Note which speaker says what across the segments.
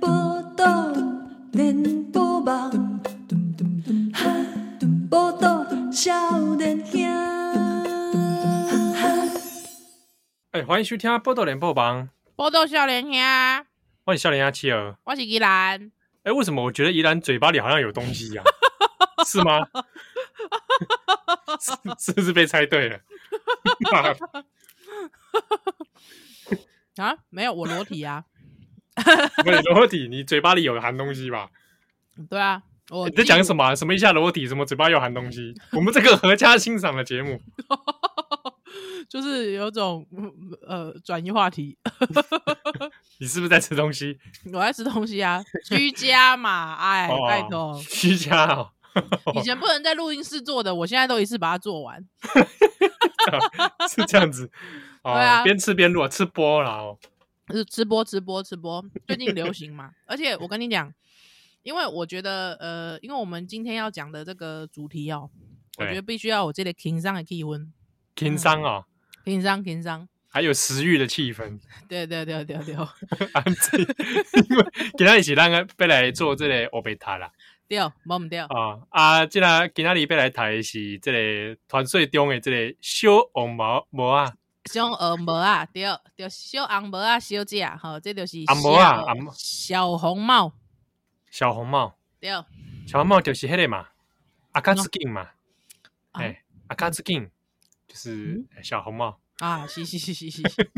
Speaker 1: 报道连波网，报道少年兄。
Speaker 2: 哎、欢迎收听《波多连播榜》，
Speaker 3: 波豆笑脸兄，
Speaker 2: 欢迎笑脸阿七儿。
Speaker 3: 我是依兰，
Speaker 2: 哎、为什么我觉得宜兰嘴巴里好像有东西 呀、是吗？ 是是不是被猜对了？
Speaker 3: 啊，没有我裸体啊，
Speaker 2: 不是裸体，你嘴巴里有含东西吧？
Speaker 3: 对啊，我
Speaker 2: 你在讲什
Speaker 3: 么？
Speaker 2: 么啊、什么一下裸体，什么嘴巴有含东西？我们这个合家欣赏的节目，
Speaker 3: 就是有种嗯呃转移话题，
Speaker 2: 你是不是在吃东西？
Speaker 3: 我在吃东西啊，居家嘛，哎
Speaker 2: 哦，
Speaker 3: 拜托，
Speaker 2: 居家哦，
Speaker 3: 以前不能在录音室做的，我现在都一次把它做完。
Speaker 2: 是这样子。哦
Speaker 3: 对啊
Speaker 2: 边吃边录啊，吃播啦哦。
Speaker 3: 是直播，直播，直播，最近流行嘛。而且我跟你讲，因为我觉得，呃，因为我们今天要讲的这个主题哦，我
Speaker 2: 对
Speaker 3: 觉得必须要我这里 king 上的 key 温
Speaker 2: 情商哦，
Speaker 3: 嗯，king 上 king 上，
Speaker 2: 还有食欲的气氛。
Speaker 3: 对对对对对
Speaker 2: 安静， 因为今仔日是咱个要来做这个欧贝塔啦，
Speaker 3: 对，摸唔对，
Speaker 2: 啊啊，即个今仔日要来谈的是这个团队中的这个小红毛毛啊，
Speaker 3: 小红帽啊，对对，小红帽啊，小姐啊，吼，这就是
Speaker 2: 红帽啊
Speaker 3: 小
Speaker 2: 红帽
Speaker 3: 小红帽，
Speaker 2: 小红帽，
Speaker 3: 对，啊
Speaker 2: 小红帽就是迄个嘛，阿卡兹金嘛，哎、阿卡兹金就是小红帽，
Speaker 3: 啊，是是是是 是，是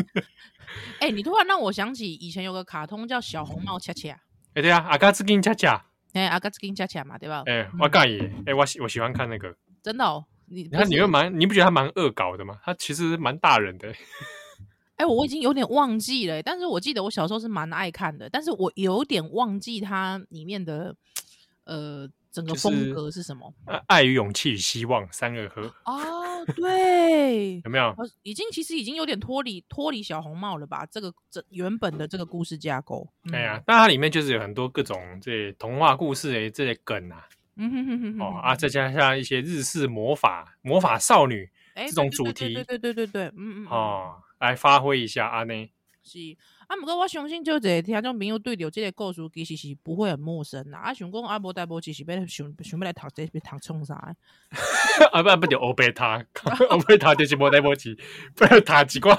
Speaker 3: 哎，你突然让我想起以前有个卡通叫小红帽恰恰，
Speaker 2: 哎、对啊，阿卡兹金恰恰，
Speaker 3: 哎，阿嘎斯金恰恰嘛，对吧？
Speaker 2: 哎、我介意，哎、我喜我喜欢看那个，
Speaker 3: 真的哦，你
Speaker 2: 他你
Speaker 3: 你
Speaker 2: 会蛮，你不觉得他蛮恶搞的吗？他其实蛮大人的、
Speaker 3: 哎、我已经有点忘记了欸、但是我记得我小时候是蛮爱看的，但是我有点忘记它里面的呃整个
Speaker 2: 就是
Speaker 3: 风格是什 么。
Speaker 2: 啊爱与勇气与希望三个合，
Speaker 3: 哦，对，
Speaker 2: 有没有？
Speaker 3: 我已经其实已经有点脱离脱离小红帽了吧？这个这原本的这个故事架构。嗯、
Speaker 2: 哎呀，，但它里面就是有很多各种这童话故事的这些梗啊，
Speaker 3: 嗯哼哼哼哼
Speaker 2: 哦
Speaker 3: 哼
Speaker 2: 啊，，再加上一些日式魔法、魔法少女
Speaker 3: 哎
Speaker 2: 这种
Speaker 3: 对对
Speaker 2: 主题
Speaker 3: 对对对对对对，嗯嗯，嗯
Speaker 2: 哦，来发挥一下啊呢。
Speaker 3: 是。啊，不过我相信就这听众朋友对着这个故事其实是不会很陌生啦。啊，想讲啊，无代无志是要想想要来读这边读创啥的？
Speaker 2: 啊不不就欧贝 塔，欧贝塔就是无代无志，不要塔几挂。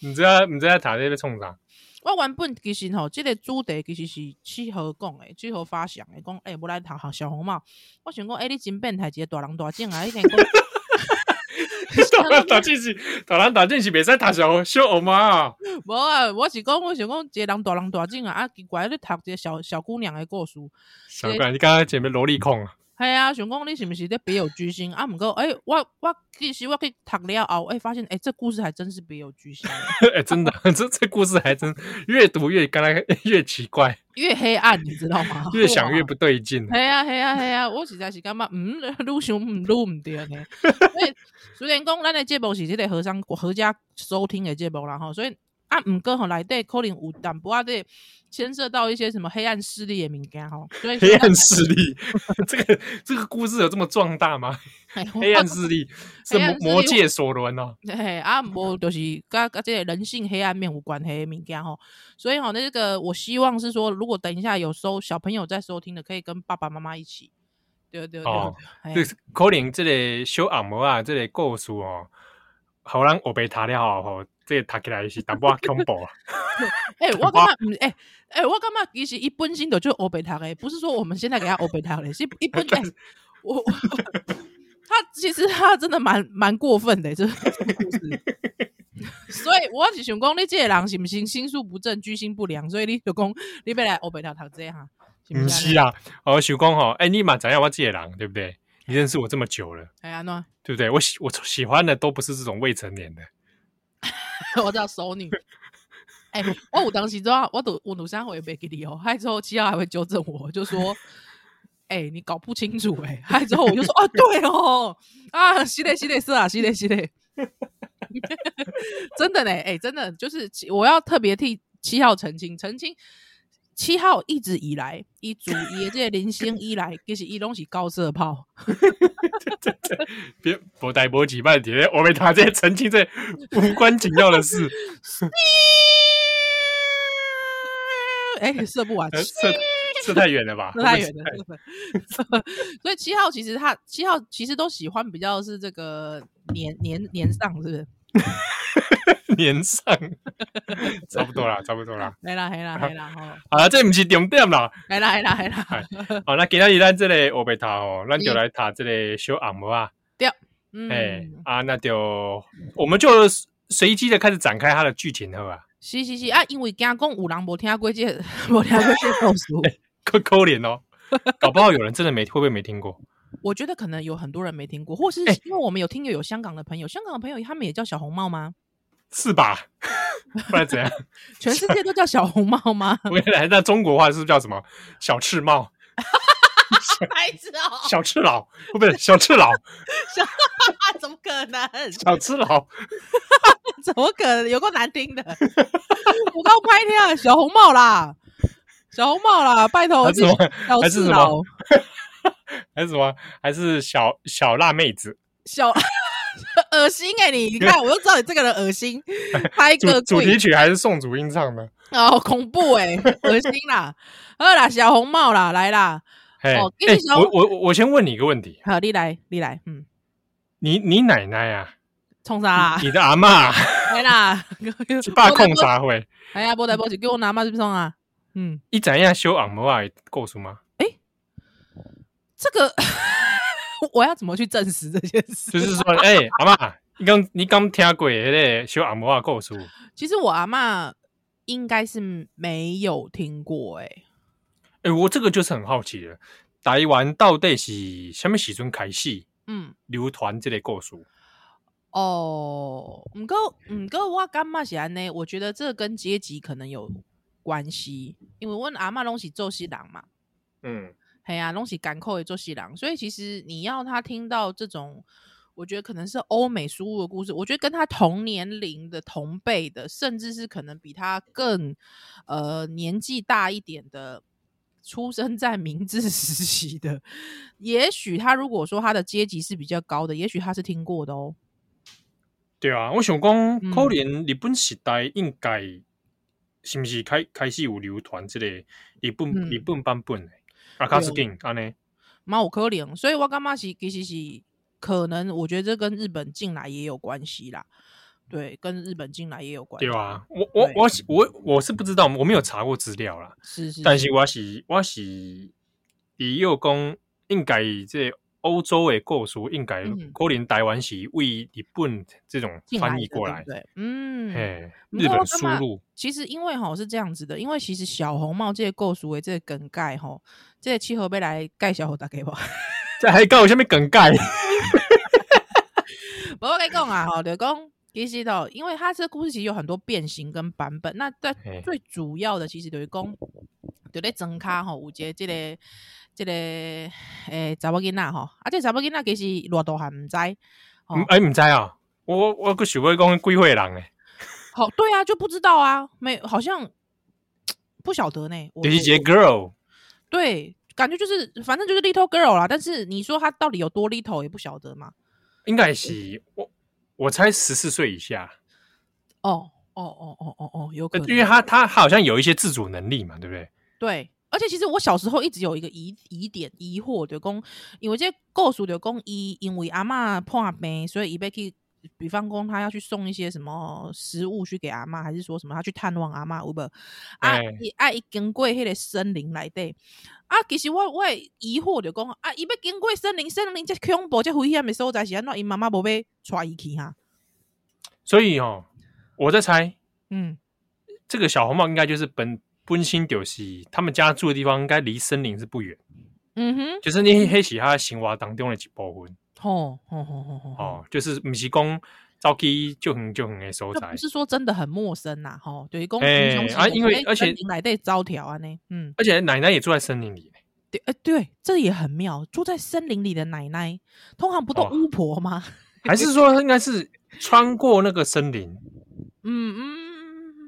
Speaker 2: 你知道你知道塔在边冲啥？
Speaker 3: 我原本其实吼，即、个主题其实是七号讲诶，七号发想诶，讲诶，无、来谈小红帽。我想讲，诶、哎你真变态，一个大人大正啊！你连讲
Speaker 2: 塔兰塔进是塔兰塔进是袂使塔小小欧妈啊！
Speaker 3: 无啊，我是讲，我想讲，一个人大人大正啊！啊，奇怪，你读一个小小姑娘诶故事，
Speaker 2: 小怪，你刚刚前面萝莉控啊？
Speaker 3: 系啊，想讲你是毋是咧别有居心啊？毋过，诶、我我其实我去读了后，诶、发现诶、这故事还真是别有居心，啊
Speaker 2: 哎，真的， 这这故事还真越读越刚才 越奇怪，
Speaker 3: 越黑暗，你知道吗？
Speaker 2: 越想越
Speaker 3: 哇
Speaker 2: 不对劲。
Speaker 3: 系啊系啊系啊，我实在是感觉，嗯， 愈想毋愈毋对呢。所以虽然讲咱的节目是即个和尚合家收听的节目啦吼，所以啊，毋过吼内底可能有淡薄仔的牵涉到一些什么黑暗势力的物件吼，所以
Speaker 2: 黑暗势力，这个这个故事有这么壮大 吗？黑暗势力是
Speaker 3: 黑暗
Speaker 2: 魔
Speaker 3: 势力
Speaker 2: 魔界所轮哦，
Speaker 3: 嘿啊，无就是甲甲这个人性黑暗面有关系的物件吼，所以吼那个我希望是说，如果等一下有收小朋友在收听的，可以跟爸爸妈妈一起。对对对，
Speaker 2: 哦
Speaker 3: 嘿啊
Speaker 2: 就是可能这个小恶魔啊，这个故事哦，好咱我被塔了哦，这个塔起来是淡薄仔恐怖啊，
Speaker 3: 哎、我感觉，嗯，哎、哎、我感觉其实一本身就就欧贝塔诶，不是说我们现在给他欧贝塔嘞，是一 本哎、我我他其实他真的蛮蛮过分的、这这个故事。所以我是想讲，你这个人是不是心术不正、居心不良？所以你就讲，你要来欧贝塔读这个哈， 是
Speaker 2: 不是啊，哦，想讲吼，哎，你嘛知影我这个人对不对？你认识我这么久了，
Speaker 3: 哎呀，那
Speaker 2: 对不对？我喜我喜欢的都不是这种未成年的，
Speaker 3: 我叫熟女。哎、我有当时知道，我赌我赌三回没给你哦，害之后七号还会纠正我，就说。哎、你搞不清楚哎、害之后我就说哦，对哦，啊，系列系列是啊，系列系 列，真的呢，哎、真的就是其我要特别替七号澄清澄清，七号一直以来，伊主伊的这个人生以来，其实伊拢是高射炮。
Speaker 2: 别博代博几半天，我们他这些澄清这无关紧要的事，
Speaker 3: 哎、射不完，
Speaker 2: 呃射射太远了吧？
Speaker 3: 那太远了。 所以七号其实他七号其实都喜欢比较是这个年年年上，是不是？
Speaker 2: 年上，差不多啦，差不多啦。
Speaker 3: 没啦没啦没啦吼，
Speaker 2: 好啦，这不是重点啦。
Speaker 3: 没啦没啦没
Speaker 2: 哎
Speaker 3: 啦。
Speaker 2: 好，那今天咱这个欧贝塔哦，咱就来塔这个小红帽啊。
Speaker 3: 嗯，
Speaker 2: 哎啊，那就我们就随机的开始展开它的剧情，好吧？
Speaker 3: 是是是啊，因为惊讲有人无听过这个 无听过这个 故事，
Speaker 2: 可可怜 哦，搞不好有人真的没会不会没听过？
Speaker 3: 我觉得可能有很多人没听过，或是
Speaker 2: 哎
Speaker 3: 因为我们有听友有香港的朋友，香港的朋友他们也叫小红帽吗？
Speaker 2: 是吧？ 不然怎 样？
Speaker 3: 全世界都叫小红帽 吗？
Speaker 2: 我跟你讲，那中国话是不是叫什么小赤
Speaker 3: 哦
Speaker 2: 帽、
Speaker 3: 孩子哦，
Speaker 2: 小赤佬？不对，小赤佬、
Speaker 3: 啊，怎么可能？
Speaker 2: 小赤佬。
Speaker 3: 怎么可能？有够难听的！ 我刚拍天啊，小红帽啦，小红帽啦，拜托，
Speaker 2: 还是什么
Speaker 3: 小
Speaker 2: 还是
Speaker 3: 四
Speaker 2: 什么
Speaker 3: 佬，
Speaker 2: 还是什么？还是小小辣妹子？
Speaker 3: 小恶心哎、你你看，我就知道你这个人 恶心，拍
Speaker 2: 主
Speaker 3: 个
Speaker 2: 主
Speaker 3: 鬼
Speaker 2: 题曲还是宋祖英唱的？
Speaker 3: 哦，恐怖哎、恶心啦！好啦，小红帽啦，来啦，
Speaker 2: 嘿，
Speaker 3: 哦跟
Speaker 2: 哎
Speaker 3: 你说
Speaker 2: 我我我先问你一个问题，
Speaker 3: 好，你来，你来，嗯，
Speaker 2: 你你奶奶啊，
Speaker 3: 冲啥啦？
Speaker 2: 你的阿妈
Speaker 3: 来啦，
Speaker 2: 去把嗯控？啥会？
Speaker 3: 哎呀，波仔波仔，给我拿嘛，是不是冲啊？嗯，
Speaker 2: 一怎样修昂摩尔够数吗？
Speaker 3: 这个 我要怎么去证实这件事？
Speaker 2: 就是说，哎、阿妈，你刚你刚听过迄个修昂摩尔故事，
Speaker 3: 其实我阿嬷应该是没有听过、欸，
Speaker 2: 哎、我这个就是很好奇的，台湾到底是什么时阵开始
Speaker 3: 嗯，
Speaker 2: 流传这个故事？
Speaker 3: 哦，唔过唔过我干嘛是安呢？我觉得这跟阶级可能有关系，因为我阿嬷拢是做西郎嘛，
Speaker 2: 嗯，
Speaker 3: 嘿呀、啊，拢是港口也做西郎，所以其实你要他听到这种。我觉得可能是欧美输入的故事，我觉得跟他同年龄的、同辈的，甚至是可能比他更呃年纪大一点的，出生在明治 时期的，也许他如果说他的阶级是比较高的，也许他是听过的哦。
Speaker 2: 对啊，我想讲，
Speaker 3: 嗯
Speaker 2: 可能日本时代应该是不是开开始有流传这个日本、
Speaker 3: 嗯啊
Speaker 2: 日本版本的？啊阿卡斯汀安尼，
Speaker 3: 蛮有可能，所以我感觉是其实是可能，我觉得这跟日本进来也有关系啦。对，跟日本进来也有关系。
Speaker 2: 对啊，我我
Speaker 3: 对
Speaker 2: 我是我我是不知道，我没有查过资料啦。
Speaker 3: 是是，
Speaker 2: 但是我是我是伊有讲，应该这欧洲的故事，应该
Speaker 3: 嗯
Speaker 2: 可能台湾是为日本这种
Speaker 3: 进
Speaker 2: 翻
Speaker 3: 的
Speaker 2: 译过来，
Speaker 3: 对不对，嗯。
Speaker 2: 嘿，
Speaker 3: 不
Speaker 2: 日
Speaker 3: 过
Speaker 2: 本
Speaker 3: 我
Speaker 2: 输
Speaker 3: 感觉
Speaker 2: 入，
Speaker 3: 其实因为吼是这样子的，因为其实小红帽这个构思为这个梗概吼，这个七号要来盖小伙大概吧。
Speaker 2: 这还搞有下面梗概，
Speaker 3: 不过跟你讲啊，吼，就讲其实到，因为它这个故事其实有很多变形跟版本。那在
Speaker 2: 嘿
Speaker 3: 最主要的，其实就是讲，就咧装卡吼，有一个这个这个诶查某囡仔吼，啊，这个查某囡仔其实偌大汉毋知，哦
Speaker 2: 嗯哎，唔知啊，我我个想要讲几岁人诶，
Speaker 3: 好对啊，就不知道啊，没好像不晓得呢。我
Speaker 2: 就是一
Speaker 3: 我
Speaker 2: 个 girl，
Speaker 3: 对，感觉就是反正就是 little girl 啦，但是你说他到底有多 little 也不晓得嘛。
Speaker 2: 应该是我我猜十四岁以下，
Speaker 3: 哦哦哦哦哦哦，有可
Speaker 2: 呃
Speaker 3: 能
Speaker 2: 因。为他他好像有一些自主能力嘛，对不对？
Speaker 3: 对，而且其实我小时候一直有一个疑疑点疑惑，就讲因为这个故事就讲伊因为阿嬷破病，所以伊被去，比方讲他要去送一些什么食物去给阿嬷，还是说什么他去探望阿嬷，有无？啊
Speaker 2: 哎，
Speaker 3: 伊啊伊经过迄个森林内底，啊，其实我我的疑惑就讲啊，伊要经过森林，森林这恐怖这危险的所在是安怎？伊妈妈无要带伊去啊哈？
Speaker 2: 所以哦，我在猜，
Speaker 3: 嗯，
Speaker 2: 这个小红帽应该就是本奔新丢西，他们家住的地方应该离森林是不远，
Speaker 3: 嗯哼，
Speaker 2: 就是那黑喜他行娃当中的一部分
Speaker 3: 吼吼吼吼吼吼。
Speaker 2: 哦，就是不是讲早期就很就很的所
Speaker 3: 就
Speaker 2: 在
Speaker 3: 不，是说真的很陌生呐、吼，对，公
Speaker 2: 哎啊因为而且
Speaker 3: 来对招条啊呢，嗯，
Speaker 2: 而且奶奶也住在森林里，
Speaker 3: 对，哎、对，这也很妙，住在森林里的奶奶，通常不都
Speaker 2: 哦
Speaker 3: 巫婆吗？
Speaker 2: 还是说应该是穿过那个森林，
Speaker 3: 嗯嗯，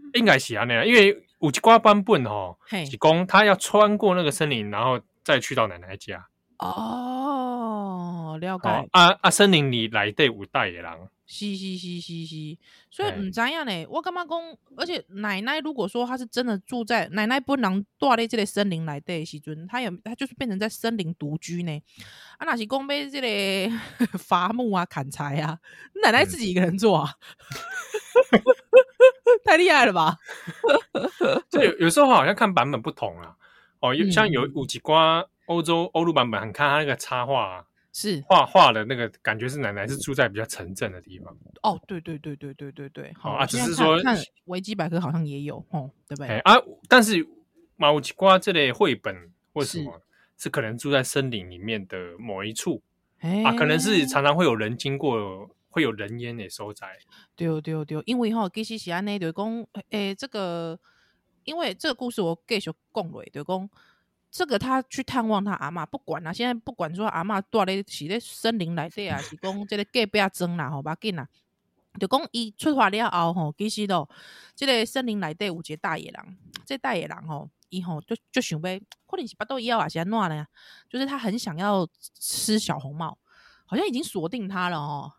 Speaker 2: 嗯应该是啊那样，因为。有五吉瓜版本哦，
Speaker 3: 嘿，
Speaker 2: 济公他要穿过那个森林，然后再去到奶奶家。
Speaker 3: 哦，了解，
Speaker 2: 哦，啊啊，森林里来对五代野狼，
Speaker 3: 是是是是是，所以
Speaker 2: 嘿
Speaker 3: 唔知影呢，我感觉讲，而且奶奶如果说她是真的住在奶奶本人住在这个森林内底的时阵，她有她就是变成在森林独居呢。啊，那是讲被这个 伐木啊、砍柴啊，奶
Speaker 2: 嗯
Speaker 3: 奶自己一个人做啊， 太厉害了吧？
Speaker 2: 这有有时候好像看版本不同啦。哦，有像有
Speaker 3: 嗯
Speaker 2: 五吉瓜欧洲欧陆版本，很看他那个插画啊
Speaker 3: 是
Speaker 2: 画画的那个感觉是奶奶是住在比较城镇的地方。
Speaker 3: 哦，对对对对对对对，好
Speaker 2: 哦啊
Speaker 3: 我现在
Speaker 2: 只是
Speaker 3: 看
Speaker 2: 说
Speaker 3: 看维基百科好像也有哦，对不
Speaker 2: 哎
Speaker 3: 对？
Speaker 2: 啊，但是马五吉瓜这类绘本为什么是可能住在森林里面的某一处啊？可能
Speaker 3: 嘿
Speaker 2: 是常常会有人经过，会有人烟给收窄。
Speaker 3: 对对对，因为吼，其实是安尼，就是讲，诶、这个，因为这个故事我继续讲落，就是讲，这个他去探望他阿嬷，不管啦、现在不管说阿嬷住咧是咧森林内底啊，是讲这个隔壁庄啦，吼，不要紧啦，就讲伊出发了后吼，其实咯，这个森林内底有一个大野狼，这大野狼吼，伊吼就就想要，可能是巴肚枵啊，是安怎呢？就是他很想要吃小红帽，好像已经锁定他了哦。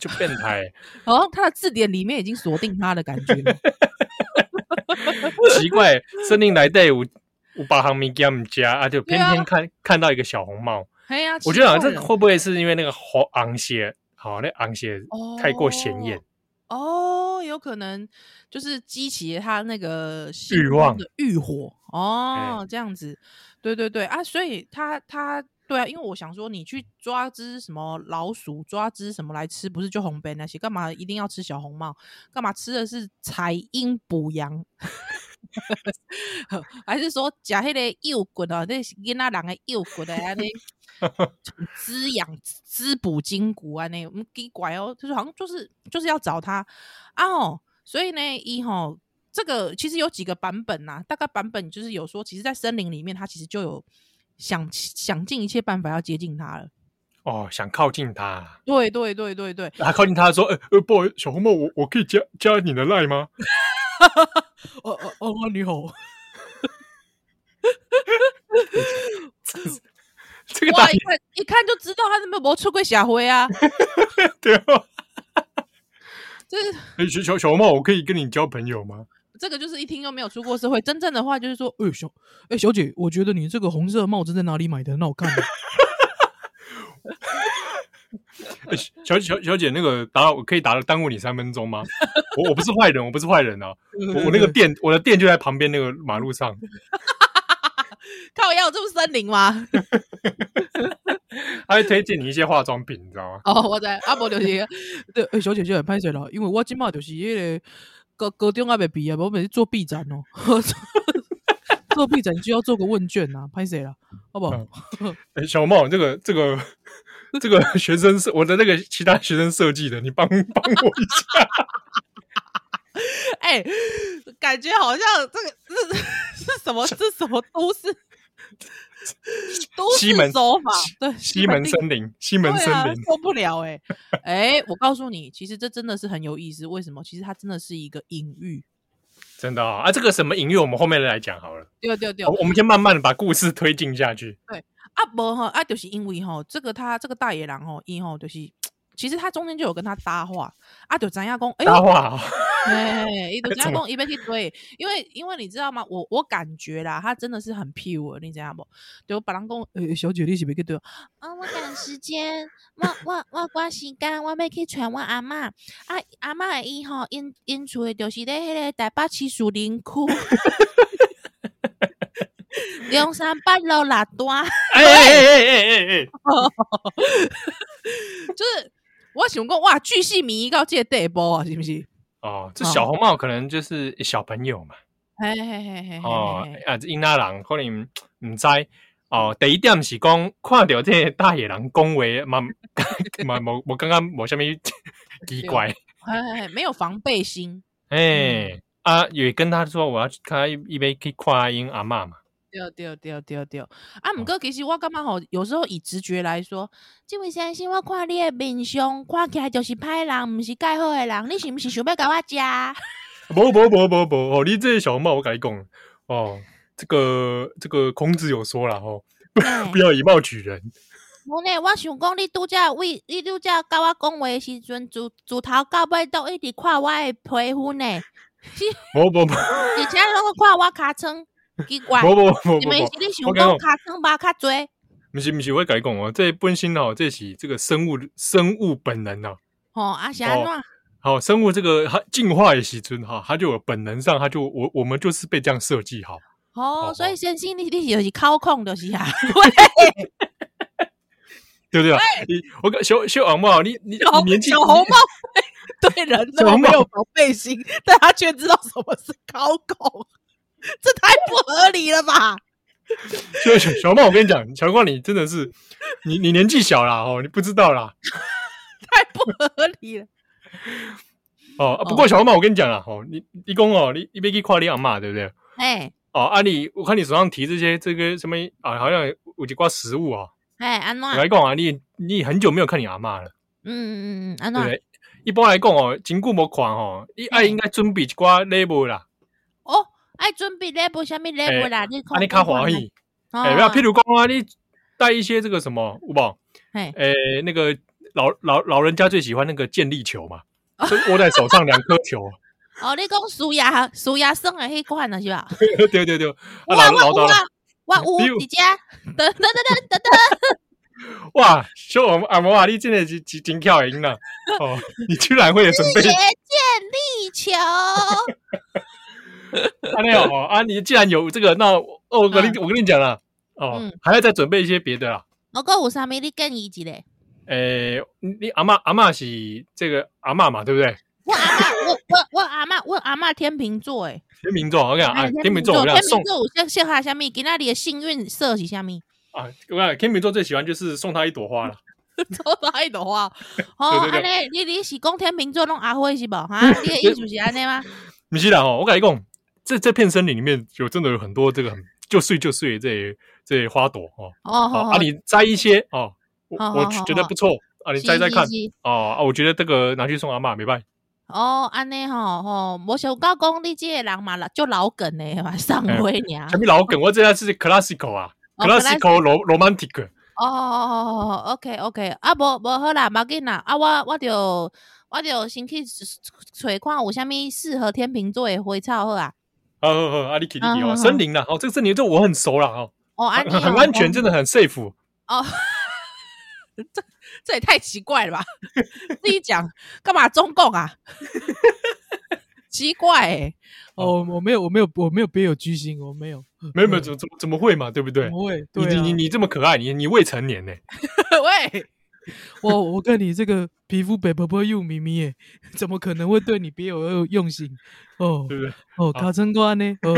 Speaker 2: 就变 态，
Speaker 3: 好哦像他的字典里面已经锁定他的感觉 了。
Speaker 2: 奇怪，森林来带有有把行米给他们家啊，就偏
Speaker 3: 对啊
Speaker 2: 偏看、看到一个小红帽。
Speaker 3: 哎呀，
Speaker 2: 我觉得好像啊
Speaker 3: 奇
Speaker 2: 这
Speaker 3: 怪了
Speaker 2: 会不会是因为那个红昂鞋，好、那昂鞋太过显眼，
Speaker 3: 哦，有可能就是激起了他那个心
Speaker 2: 欲
Speaker 3: 中
Speaker 2: 望
Speaker 3: 的欲火哦，这样子，对对对啊，所以他他对啊，因为我想说，你去抓只什么老鼠，抓只什么来吃，不是就红斑那些，干嘛一定要吃小红帽？干嘛吃的是采阴补阳？ 还是说假迄个幼骨哦，那是囡仔人的幼骨的安尼滋养滋补筋骨安尼，嗯，奇怪哦，就是好像就是就是要找他啊哦，所以呢，一吼这个其实有几个版本呐、大概版本就是有说，其实，在森林里面，他其实就有想想尽一切办法要接近他了。
Speaker 2: 哦，想靠近他，
Speaker 3: 对对对对对，
Speaker 2: 啊，靠近他说，呃呃，不好意思，小红帽，我我可以加加你的赖吗？
Speaker 3: 哦哦哦，你好，
Speaker 2: 这个大
Speaker 3: 哇，一看一看就知道他是没有出过小灰啊，
Speaker 2: 对哦。
Speaker 3: 这是
Speaker 2: 哎，小小小红帽，我可以跟你交朋友吗？
Speaker 3: 这个就是一听就没有出过社会。真正的话就是说，哎、小哎、小姐，我觉得你这个红色帽子在哪里买的？很好 看、啊。
Speaker 2: 哎小小小姐，那个打扰，我可以打扰耽误你三分钟吗？ 我我不是坏人，我不是坏人啊！我我那个店，我的店就在旁边那个马路上。
Speaker 3: 靠腰这不是森林吗？
Speaker 2: 他会推荐你一些化妆品，你知道吗？
Speaker 3: 哦，我知阿伯就是那个，对，欸小姐姐很拍水了，因为我今嘛就是迄、那个高高中阿未毕业，我每次做 B 展哦， 做 B 展就要做个问卷呐、啊，拍谁啦，好不好？
Speaker 2: 嗯哎、小茂，这个这个这个学生是我的那个其他学生设计的，你帮帮我一下。
Speaker 3: 哎、感觉好像这个是 是什么？这什么都市？都
Speaker 2: 西门
Speaker 3: 市手法，对，
Speaker 2: 西门
Speaker 3: 町
Speaker 2: 森林，西门
Speaker 3: 对
Speaker 2: 森
Speaker 3: 啊
Speaker 2: 林，，
Speaker 3: 受不了哎、哎、我告诉你，其实这真的是很有意思。为什么？其实它真的是一个隐喻。
Speaker 2: 真的啊、啊！这个什么隐喻，我们后面来讲好了。
Speaker 3: 对对对，
Speaker 2: 我我们先慢慢的把故事推进下去。
Speaker 3: 啊无吼啊，就是因为吼，这个哦他这个大野狼吼，伊吼就是，其实他中间就有跟他搭话，啊就知影讲，哎
Speaker 2: 搭
Speaker 3: 呦，
Speaker 2: 话、啊，
Speaker 3: 哎，伊就知
Speaker 2: 怎
Speaker 3: 影
Speaker 2: 么
Speaker 3: 讲伊要去追，因为因为你知道吗？我我感觉啦，他真的是很 pure，你知道不？就别人讲，诶、小姐你是要去追，
Speaker 4: 啊，我赶时间，我我我赶时间，我要去传我阿嬷。啊，阿嬷伊吼，因因厝诶，就是咧迄个台北市树 林区中山北路六段。
Speaker 2: 哎哎哎哎哎哎哎，
Speaker 3: 就是我想讲哇，巨细靡遗到这个地步啊，是不是？
Speaker 2: 哦，这小红帽可能就是小朋友嘛。
Speaker 3: 嘿嘿嘿嘿嘿
Speaker 2: 哦
Speaker 3: 嘿嘿，
Speaker 2: 啊，这英仔人可能唔知哦。第一点是讲看到这大野狼恭维，嘛嘛无无感觉无虾米奇怪。
Speaker 3: 嘿嘿，没有防备心。
Speaker 2: 哎、啊，也跟他说我要去看一杯去看因阿嬷嘛。
Speaker 3: 对对对对对，啊，毋过其实我感觉吼，有时候以直觉来说，
Speaker 4: 即位先生，我看 你诶面相，看起来就是歹人，毋是介好诶人，你是毋是想要甲我食？
Speaker 2: 不不不不不，哦，你这个小帽我改讲哦，这个这个孔子有说了哦，
Speaker 4: 嘿
Speaker 2: 不要以貌取人。
Speaker 4: 无呢，我想讲你拄则为你拄则甲我讲话的时阵，自自头到尾都一直看我的皮肤呢，
Speaker 2: 不不不
Speaker 4: 而且拢看我尻川，奇怪，
Speaker 2: 不不不
Speaker 4: 你
Speaker 2: 不
Speaker 4: 们是
Speaker 2: 不，
Speaker 4: 你想
Speaker 2: 我
Speaker 4: 讲
Speaker 2: 跟你
Speaker 4: 尻川吧较侪？
Speaker 2: 不是不是，我改讲哦，这本身哦，这是这个生物生物本能呐、
Speaker 4: 吼，啊是安怎？
Speaker 2: 好，生物这个它进化的时尊哈，它就有本能上，它就我我们就是被这样设计好。
Speaker 4: 吼，
Speaker 2: 哦
Speaker 4: 所以先生你你就是靠控就是啊，
Speaker 2: 对不对啊？你我跟小小王嘛，你你你年纪
Speaker 3: 小红帽对人那
Speaker 2: 小
Speaker 3: 么
Speaker 2: 红
Speaker 3: 没
Speaker 2: 帽
Speaker 3: 有防备心，但他却知道什么是考狗，这太不合理了吧？
Speaker 2: 小小小猫，我跟你讲，小光你真的是你你年纪小啦哦，你不知道啦
Speaker 3: 太不合理了。
Speaker 2: 哦。啊不过小猫，我跟你讲啦哦，你你公哦，你你别去夸你阿妈对不对？
Speaker 4: 嘿，
Speaker 2: 哦，啊你我看你手上提这些这个什么啊，好像有几挂食物啊。
Speaker 4: 嘿，安怎
Speaker 2: 我？来讲啊，你你很久没有看你阿妈了，
Speaker 4: 嗯嗯嗯，安
Speaker 2: 对不
Speaker 4: 怎？
Speaker 2: 对？一般来讲哦，真久无看哦，你爱应该准备一挂 label 啦，
Speaker 4: 哦，爱准备 level 啥物 level 啦？你看
Speaker 2: 啊你较欢喜。。
Speaker 4: 哦
Speaker 2: 哎、不要，譬如讲啊，你带一些这个什么，有无？
Speaker 4: 嘿，
Speaker 2: 哎、那个老老老人家最喜欢那个健力球 嘛，就握在手上两颗球。
Speaker 4: 哦，你讲输牙输牙酸的迄款了是吧？
Speaker 2: 对对对，啊，
Speaker 4: 我
Speaker 2: 老老
Speaker 4: 我
Speaker 2: 老
Speaker 4: 有
Speaker 2: 老
Speaker 4: 啊，我
Speaker 2: 比
Speaker 4: 有
Speaker 2: 如
Speaker 4: 直接，等等等等等，
Speaker 2: 哇，小王阿嬷啊，你真的是真真跳赢了哦！你居然会有 准备
Speaker 4: 学健力球，
Speaker 2: 啊？那样哦啊，你既然有这个，那我哦，我跟你、
Speaker 4: 嗯
Speaker 2: 我跟你讲啦，哦，
Speaker 4: 嗯
Speaker 2: 还要再准备一些别的啦。
Speaker 4: 我讲有啥物你建议一下。
Speaker 2: 诶、你你阿嬷阿嬷是这个阿嬷嘛，对不对？
Speaker 4: 我阿嬷，我我我阿嬷，我阿嬷天秤座诶，
Speaker 2: 天秤座，我跟你 讲啊，天秤座，我
Speaker 4: 天
Speaker 2: 跟
Speaker 4: 秤
Speaker 2: 你讲送
Speaker 4: 座有些适合啥物？今仔日诶幸运色是啥物？
Speaker 2: 啊，我跟你讲天秤座最喜欢就是送他一朵花了。
Speaker 3: 抽到一朵花，
Speaker 4: 哦，
Speaker 2: 对对
Speaker 4: 安
Speaker 2: 对
Speaker 4: 尼你你是讲天秤座拢阿辉是无？ 哈，你诶意思是安尼吗？
Speaker 2: 米西兰哦，我跟你讲，这这片森林里面有真的有很多这个很就碎就碎的这些这些花朵哦。
Speaker 4: 哦，
Speaker 2: 好
Speaker 4: 好
Speaker 2: 啊，，你摘一些哦，我
Speaker 4: 好好
Speaker 2: 我
Speaker 4: 好
Speaker 2: 觉得
Speaker 4: 好
Speaker 2: 不错啊，你
Speaker 4: 是
Speaker 2: 摘摘看
Speaker 4: 是是
Speaker 2: 哦啊，我觉得这个拿去送阿嬷没办法。
Speaker 4: 哦，安尼吼吼，无想到讲你即个人嘛，老就老梗诶， 嘛上回
Speaker 3: 啊
Speaker 4: 尔。
Speaker 2: 前面老梗，我这下是 classical 啊
Speaker 4: 哦，classic
Speaker 2: ，classical ro- romantic。
Speaker 4: 哦哦哦，OK OK，啊无无好啦，无要紧啦，啊我我就我就先去找看有啥物适合天秤座的花草好啊。
Speaker 2: 好好好，啊，你提提提
Speaker 4: 嗯
Speaker 2: 哦，
Speaker 4: 嗯
Speaker 2: 森林啦，哦，这个森林这我很熟啦，哦，
Speaker 4: 哦，安
Speaker 3: 啊
Speaker 2: 很
Speaker 4: 尼
Speaker 2: 很
Speaker 4: 哦
Speaker 2: 安全，真的很 safe。
Speaker 3: 哦，这这也太奇怪了吧？自己讲干嘛？中共啊？奇怪、欸，哦，我没有，我没有，我没有别有居心，我没有，
Speaker 2: 没有没有，怎么怎么怎么会嘛，对不对
Speaker 3: 怎？么会？
Speaker 2: 你
Speaker 3: 对、啊、
Speaker 2: 你你这么可爱，你你未成年呢？
Speaker 3: 喂，我我跟你这个皮肤白婆婆又咪咪耶， 怎么可能会对你别有用心？哦
Speaker 2: 对不对？
Speaker 3: 哦，卡成官呢？哦，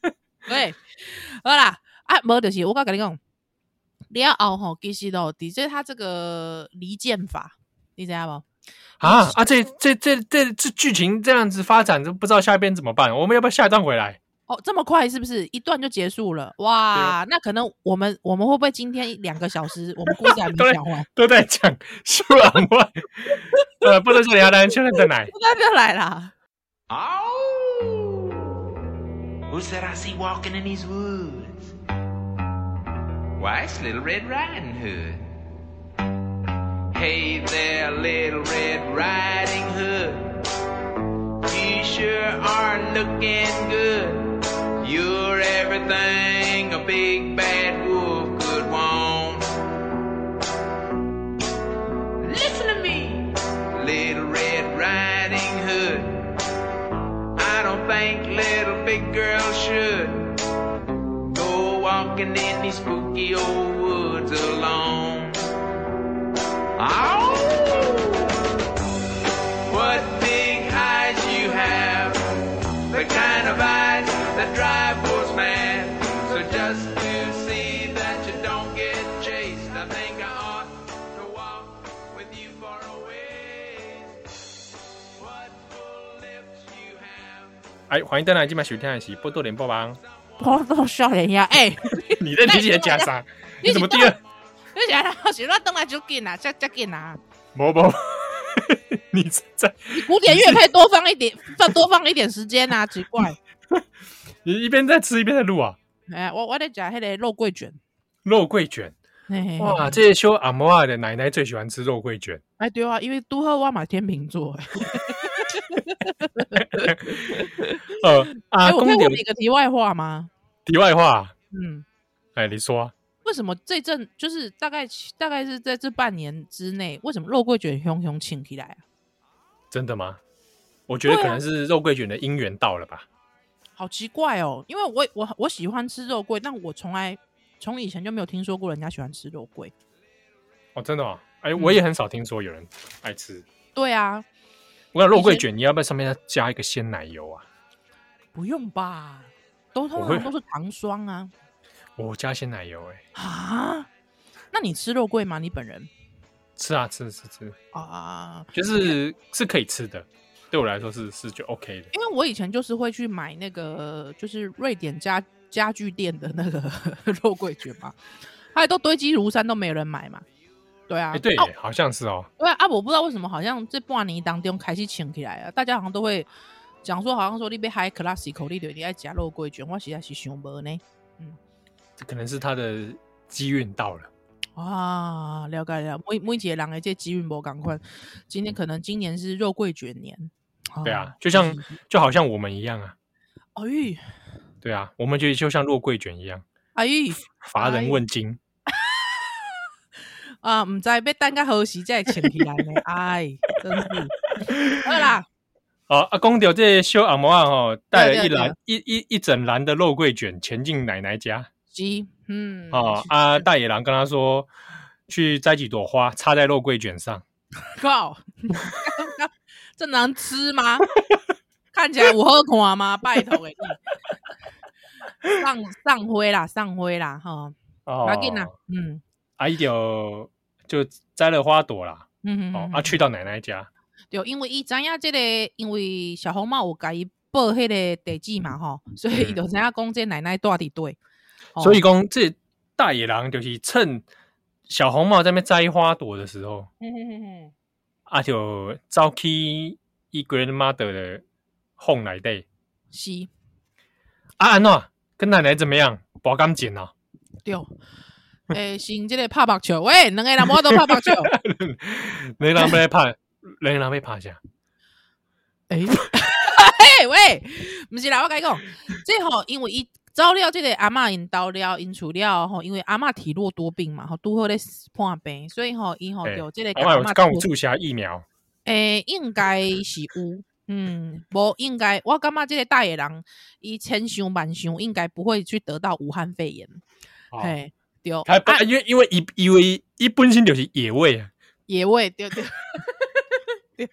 Speaker 3: 喂，好啦，啊，无就是我跟你讲，了后吼，其实咯，的确他这个离间法，你知道不？
Speaker 2: 啊啊！这这这这这剧情这样子发展，都不知道下一边怎么办。我们要不要下一段回来？
Speaker 3: 哦，这么快是不是一段就结束了？
Speaker 2: 啊
Speaker 3: 哇，那可能我们我们会不会今天两个小时，我们故事还没
Speaker 2: 对
Speaker 3: 讲完，
Speaker 2: 都在讲是吧？我 呃，不能说聊男，现在在哪？
Speaker 3: 那就来啦。
Speaker 5: Ow! Who said I see walking in these woods? Why, it's Little Red Riding Hood. Hey there, Little Red Riding Hood. You sure are looking good. You're everything a big bad wolf could want. Listen to me, Little Red Riding Hood. I don't think little big girls should go walking in these spooky old woods alone. Ow! What big eyes you have, the kind of eyes that drive horse mad. So just to see that you don't get chased, I think I ought to walk with you for a ways. What full lips you have.
Speaker 2: 哎，欢迎登来，今晚收听的是《波多连播 帮》，
Speaker 3: 我都笑脸呀，哎、
Speaker 2: 你在提起来加 啥？ 你怎么 第二？
Speaker 3: 啊 你想要是我等来就紧啦，这这紧啦。
Speaker 2: 某某，你是在
Speaker 3: 古典乐可以多放一点，放多放一点时间啊，奇 怪。
Speaker 2: 你一边在吃一边在录啊？
Speaker 3: 哎，我我在讲迄个肉桂卷，
Speaker 2: 肉桂卷，
Speaker 3: 哎
Speaker 2: 哇，这些修阿摩尔的奶奶最喜欢吃肉桂卷。
Speaker 3: 哎对啊，因为都喝我嘛天秤座。哎
Speaker 2: 呃，阿
Speaker 3: 哎，我
Speaker 2: 公
Speaker 3: 可以
Speaker 2: 有
Speaker 3: 问你一个题外话吗？
Speaker 2: 题外话，
Speaker 3: 嗯，
Speaker 2: 哎，你说啊，
Speaker 3: 为什么这阵就是大概大概是在这半年之内，为什么肉桂卷汹汹请起来啊？
Speaker 2: 真的吗？我觉得
Speaker 3: 对啊
Speaker 2: 可能是肉桂卷的姻缘到了吧。
Speaker 3: 好奇怪哦，因为我我我喜欢吃肉桂，但我从来从以前就没有听说过人家喜欢吃肉桂。
Speaker 2: 哦，真的哦，哎，我也很少听说有人爱吃。
Speaker 3: 对啊，
Speaker 2: 我想肉桂
Speaker 3: 以前
Speaker 2: 卷，你要不要上面要加一个鲜奶油啊？
Speaker 3: 不用吧？都通
Speaker 2: 我会
Speaker 3: 常都是糖霜啊
Speaker 2: 我加鲜奶油，哎，
Speaker 3: 啊！那你吃肉桂吗？你本人
Speaker 2: 吃啊吃吃吃，
Speaker 3: 啊？
Speaker 2: 就是是可以吃的，对我来说是是就 OK 的。
Speaker 3: 因为我以前就是会去买那个，就是瑞典家家具店的那个 肉桂卷嘛，后来都堆积如山，都没有人买嘛。对啊，
Speaker 2: 哎，对
Speaker 3: 啊，
Speaker 2: 耶，好像是哦。
Speaker 3: 对啊啊，我不知道为什么，好像这半年当中开始请起来了，啊大家好像都会讲说，好像说你被 high class 口里对你爱夹肉桂卷，我实在是想无呢。
Speaker 2: 这可能是他的机运到了。
Speaker 3: 啊，了解了，每每一个人的这机运无同款，今天可能今年是肉桂卷年。
Speaker 2: 对
Speaker 3: 哦
Speaker 2: 啊，就像
Speaker 3: 是
Speaker 2: 就好像我们一样啊，
Speaker 3: 哎呦
Speaker 2: 对啊，我们就就像肉桂卷一样，
Speaker 3: 哎呦
Speaker 2: 乏
Speaker 3: 哎
Speaker 2: 人问津。
Speaker 3: 啊，唔知要等到何时才会请起来呢？ 哎，真是好啦，
Speaker 2: 好，阿公屌啊这修阿摩啊吼，带了一
Speaker 3: 对啊
Speaker 2: 篮一一一整篮的肉桂卷前进奶奶家
Speaker 3: 鸡，嗯，
Speaker 2: 哦啊，大野狼跟他说去摘几朵花插在肉桂卷上，
Speaker 3: 靠，这能吃吗？看起来有好看吗？拜托诶，你上上灰啦，上灰啦，哈，
Speaker 2: 哦
Speaker 3: 要紧啦，嗯
Speaker 2: 阿姨就就摘了花朵啦，
Speaker 3: 嗯嗯，
Speaker 2: 哦
Speaker 3: 嗯
Speaker 2: 啊，去到奶奶家，
Speaker 3: 对，因为伊知影即、个，因为小红帽有甲伊报迄个地址嘛吼，所以伊就知影讲这奶奶住伫对。
Speaker 2: 嗯
Speaker 3: 哦
Speaker 2: 所以，公这大野狼就是趁小红帽在那边摘花朵的时候，
Speaker 3: 嗯嗯嗯
Speaker 2: 啊，就走去伊 grandmother 的 home 内底。
Speaker 3: 是
Speaker 2: 啊，安怎跟奶奶怎么样？博感情啊！
Speaker 3: 对。诶、先即个拍棒球，喂，两个人我都拍棒球。
Speaker 2: 人人被拍，人人被拍下。
Speaker 3: 诶、嘿喂，毋是啦，我甲你讲，这吼，因为伊走了，即个阿嬷因兜了，因厝了吼，因为阿嬷体弱多病嘛，吼，拄好咧患病，所以吼，伊吼
Speaker 2: 嘿
Speaker 3: 着即个
Speaker 2: 我有
Speaker 3: 嬷
Speaker 2: 哎刚有
Speaker 3: 托
Speaker 2: 注射疫苗，
Speaker 3: 诶、应该是有，嗯，无应该，我感觉这个大野狼伊千想万想，应该不会去得到武汉肺炎，
Speaker 2: 哦
Speaker 3: 嘿、对，
Speaker 2: 他
Speaker 3: 啊
Speaker 2: 不因为因为伊因为伊本身就是野味啊，
Speaker 3: 野味，对 对对，